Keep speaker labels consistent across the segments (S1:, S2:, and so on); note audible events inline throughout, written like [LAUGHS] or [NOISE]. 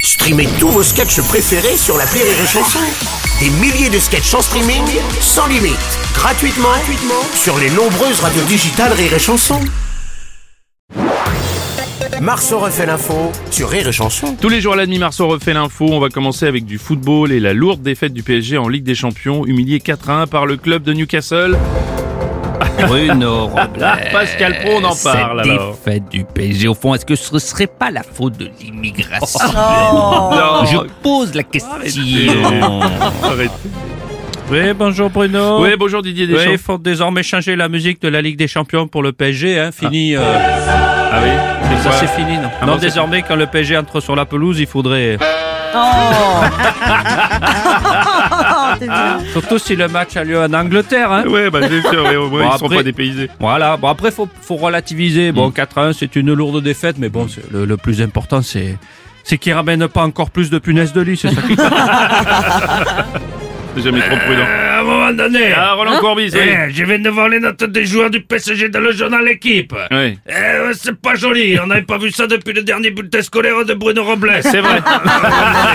S1: Streamez tous vos sketchs préférés sur la Rire et Chanson. Des milliers de sketchs en streaming, sans limite, gratuitement, gratuitement sur les nombreuses radios digitales Rire et Chanson. Marceau refait l'info sur Rire et Chanson.
S2: Tous les jours à la demi Marceau refait l'info. On va commencer avec du football et la lourde défaite du PSG en Ligue des Champions, humilié 4-1 par le club de Newcastle.
S3: [LAUGHS]
S4: Bruno Robles.
S2: Ah, Pascal Pro, on en parle,
S4: Cette
S2: alors.
S4: défaite du PSG, au fond, est-ce que ce ne serait pas la faute de l'immigration
S3: Oh,
S2: Non,
S4: Je pose la
S3: Ah,
S4: question.
S2: [LAUGHS] arrête.
S3: Oui, bonjour Bruno.
S2: Oui, bonjour Didier
S3: Oui,
S2: Deschamps.
S3: il faut désormais changer la musique de la Ligue des Champions pour le PSG. Hein, fini. euh,
S2: Ah oui.
S3: ça
S2: quoi
S3: c'est fini. Non,
S2: Ah,
S3: non
S2: bon, c'est-
S3: désormais quand le PSG entre sur la pelouse, il faudrait. Surtout si le match a lieu en Angleterre. Hein.
S2: Ouais, bah bien sûr, ouais, au moins,
S3: Bon,
S2: ils seront
S3: après-
S2: pas dépaysés.
S3: Voilà. Bon après faut faut relativiser.
S5: Mm.
S3: Bon 4-1 c'est une lourde défaite, mais bon c'est- le, le plus important c'est c'est qu'ils ramènent pas encore plus de punaises de lit. C'est ça. qui-
S2: C'est jamais trop prudent.
S5: [LAUGHS]
S3: Euh.
S5: À un moment donné,
S2: Ah, Roland Courbis, oui.
S5: eh, je viens de voir les notes des joueurs du PSG dans le journal Équipe.
S2: Oui.
S5: Eh, ouais, c'est pas joli, on n'avait pas vu ça depuis le dernier bulletin scolaire de Bruno Robles.
S2: C'est vrai.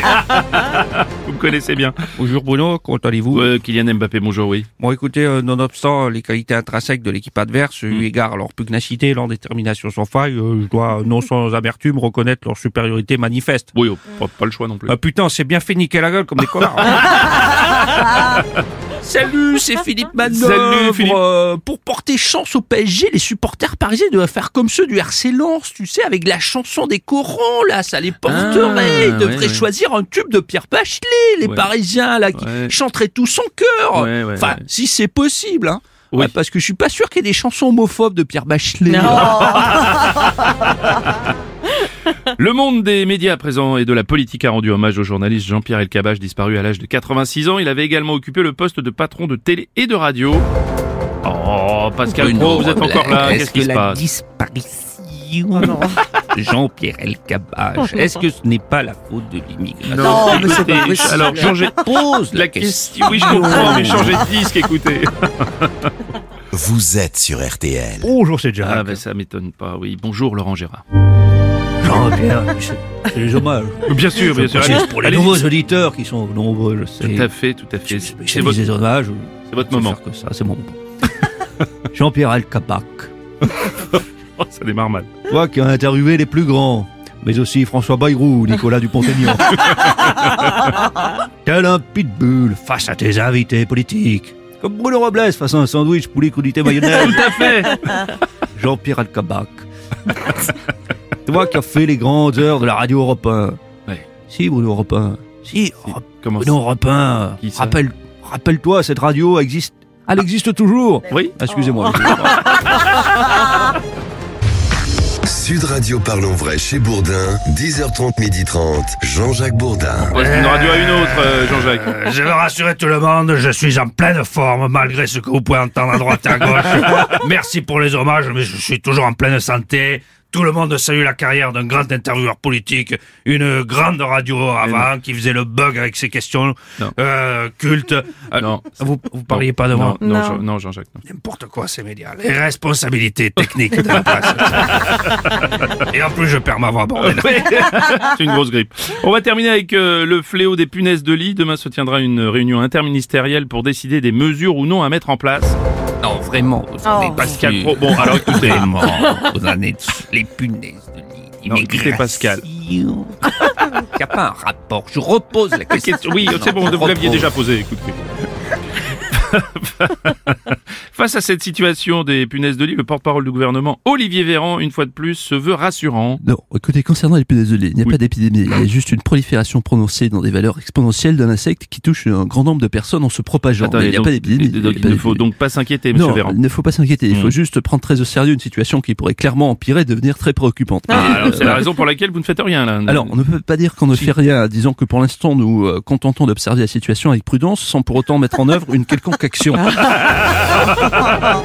S2: [LAUGHS] Vous me connaissez bien.
S3: Bonjour Bruno, comment allez-vous
S2: Euh, Kylian Mbappé, bonjour, oui.
S3: Bon, écoutez, euh, nonobstant les qualités intrinsèques de l'équipe adverse,
S2: Hmm.
S3: eu égard à leur pugnacité, leur détermination sans faille, euh, je dois, non sans amertume, reconnaître leur supériorité manifeste.
S2: Oui, oh, pas, pas le choix non plus.
S3: Ah putain, c'est bien fait niquer la gueule comme des connards. hein.
S4: [LAUGHS] Salut, c'est Philippe Manœuvre.
S2: Salut, Philippe.
S4: Euh, pour porter chance au PSG, les supporters parisiens doivent faire comme ceux du RC Lens, tu sais, avec la chanson des Corans, là, ça les porterait. Ils
S2: ouais,
S4: devraient
S2: ouais.
S4: choisir un tube de Pierre Bachelet, les
S2: Ah, Ouais.
S4: Parisiens, là, qui
S2: Ouais.
S4: chanteraient tout son
S3: oh,
S4: cœur.
S2: Ouais, ouais,
S4: enfin,
S2: ouais.
S4: si c'est possible, hein.
S2: Oui.
S4: Ouais, parce que je suis pas sûr qu'il y ait des chansons homophobes de Pierre Bachelet. Ah,
S2: Le monde des médias à présent et de la politique a rendu hommage au journaliste Jean-Pierre Elkabbach, disparu à l'âge de 86 ans. Il avait également occupé le poste de patron de télé et de radio. Oh, Pascal
S4: Bruno
S2: Pro, vous êtes
S4: Robles,
S2: encore là.
S4: est-ce
S2: Qu'est-ce
S4: que
S2: qui se
S4: la
S2: passe
S6: Oh,
S4: disparition de Jean-Pierre
S6: [LAUGHS]
S4: Elkabbach, est-ce que ce n'est pas la faute de l'immigration
S2: mais c'est pas Alors, changez
S4: Pose
S2: la question. Oui, je comprends, mais changez de disque, écoutez.
S1: Vous êtes sur RTL.
S6: Bonjour, c'est Jack.
S2: Ah, ben ça m'étonne pas, oui. Bonjour, Laurent Gérard.
S6: Jean-Pierre, [LAUGHS] c'est c'est les hommages.
S4: [LAUGHS]
S2: Bien sûr, bien sûr.
S6: C'est pour les
S2: allez-y.
S6: nouveaux auditeurs qui sont nombreux, je sais.
S2: Tout à fait, tout à
S6: Je
S2: fait.
S6: suis
S2: C'est
S6: spécialiste
S2: votre,
S6: des hommages.
S2: c'est votre
S6: Je sais
S2: moment.
S6: faire que ça, c'est mon moment. [LAUGHS] Jean-Pierre Alcabac,
S2: Oh, ça démarre mal.
S6: toi qui as interviewé les plus grands, mais aussi François Bayrou, Nicolas
S2: [LAUGHS]
S6: Dupont-Aignan. Tel un pitbull face à tes invités politiques. Comme Bruno Robles face à un sandwich poulet crudité
S2: [LAUGHS]
S6: mayonnaise.
S2: [LAUGHS] Tout à fait.
S6: Jean-Pierre Alcabac. Toi qui as fait les grandes heures de la radio Europe 1.
S2: Ouais.
S6: Si, Bruno Europe 1. Si, Europe
S2: Comment
S6: Bruno Europe 1.
S2: Qui ça Ah.
S6: Rappelle, rappelle-toi, cette radio existe. Elle existe toujours.
S2: Oui. Oh.
S6: Excusez-moi.
S7: Sud Radio Parlons Vrai chez Bourdin, 10h30 midi 30, Jean-Jacques Bourdin.
S2: On passe d'une radio à une autre, euh, Jean-Jacques.
S5: Euh, je veux rassurer tout le monde, je suis en pleine forme malgré ce que vous pouvez entendre à droite et à
S2: [LAUGHS]
S5: gauche. Merci pour les hommages, mais je suis toujours en pleine santé. Tout le monde salue la carrière d'un grand intervieweur politique, une grande radio avant qui faisait le bug avec ses questions
S2: Eh Non.
S5: euh, cultes. Euh,
S2: Non.
S5: Vous, vous parliez pas de moi
S2: Non, non, Jean- non, Jean-Jacques.
S8: [LAUGHS]
S2: non.
S5: N'importe quoi, ces médias. Les responsabilités techniques de
S2: [LAUGHS]
S5: la presse. Et en plus, je perds ma voix, bordel.
S2: [LAUGHS] C'est une grosse grippe. On va terminer avec euh, le fléau des punaises de lit. Demain se tiendra une réunion interministérielle pour décider des mesures ou non à mettre en place.
S4: Non, vraiment, vous en
S6: Oh.
S4: êtes
S2: Pascal
S4: sûr.
S2: Pro. Bon, alors écoutez.
S8: Ah.
S4: Vraiment, vous en êtes sûr. les punaises de lit.
S2: Non, écoutez, Pascal.
S4: Il n'y a pas un rapport. Je repose la question.
S2: Oui, [LAUGHS] c'est bon,
S4: Non, je
S2: vous l'aviez
S4: repose.
S2: déjà posé, écoutez. [LAUGHS] Face à cette situation des punaises de lit, le porte-parole du gouvernement, Olivier Véran, une fois de plus, se veut rassurant.
S8: Non, écoutez, concernant les punaises de lit, il n'y a
S2: Oui. Ah.
S8: pas d'épidémie. Il y a juste une prolifération prononcée dans des valeurs exponentielles d'un insecte qui touche un grand nombre de personnes en se propageant. Mais
S2: Attendez,
S8: il n'y a
S2: donc,
S8: pas d'épidémie.
S2: donc,
S8: il y a
S2: il
S8: pas
S2: ne faut
S8: d'épidémie.
S2: donc pas s'inquiéter, monsieur
S8: Non, [LAUGHS]
S2: Véran.
S8: il ne faut pas s'inquiéter. Il
S2: Mm.
S8: faut juste prendre très au sérieux une situation qui pourrait clairement empirer et devenir très préoccupante.
S2: Ah, alors,
S8: Euh,
S2: c'est la raison pour laquelle vous ne faites rien,
S4: Mm.
S2: là.
S8: alors, on ne peut pas dire qu'on ne
S2: Si.
S8: fait rien. Disons que pour l'instant, nous euh, contentons d'observer la situation avec prudence, sans pour autant mettre en œuvre une quelconque action.
S2: Ah.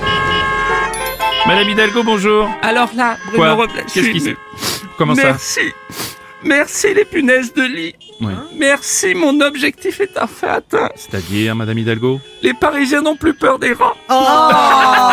S2: Madame Hidalgo, bonjour.
S4: Alors là,
S2: Quoi
S4: Bruno Robles, je
S2: Qu'est-ce
S4: suis
S2: qui se... Comment ça
S4: Merci. Merci les punaises de lit.
S2: Oui.
S4: Merci, mon objectif est enfin atteint.
S2: C'est-à-dire, Madame Hidalgo
S4: Les Parisiens n'ont plus peur des rats.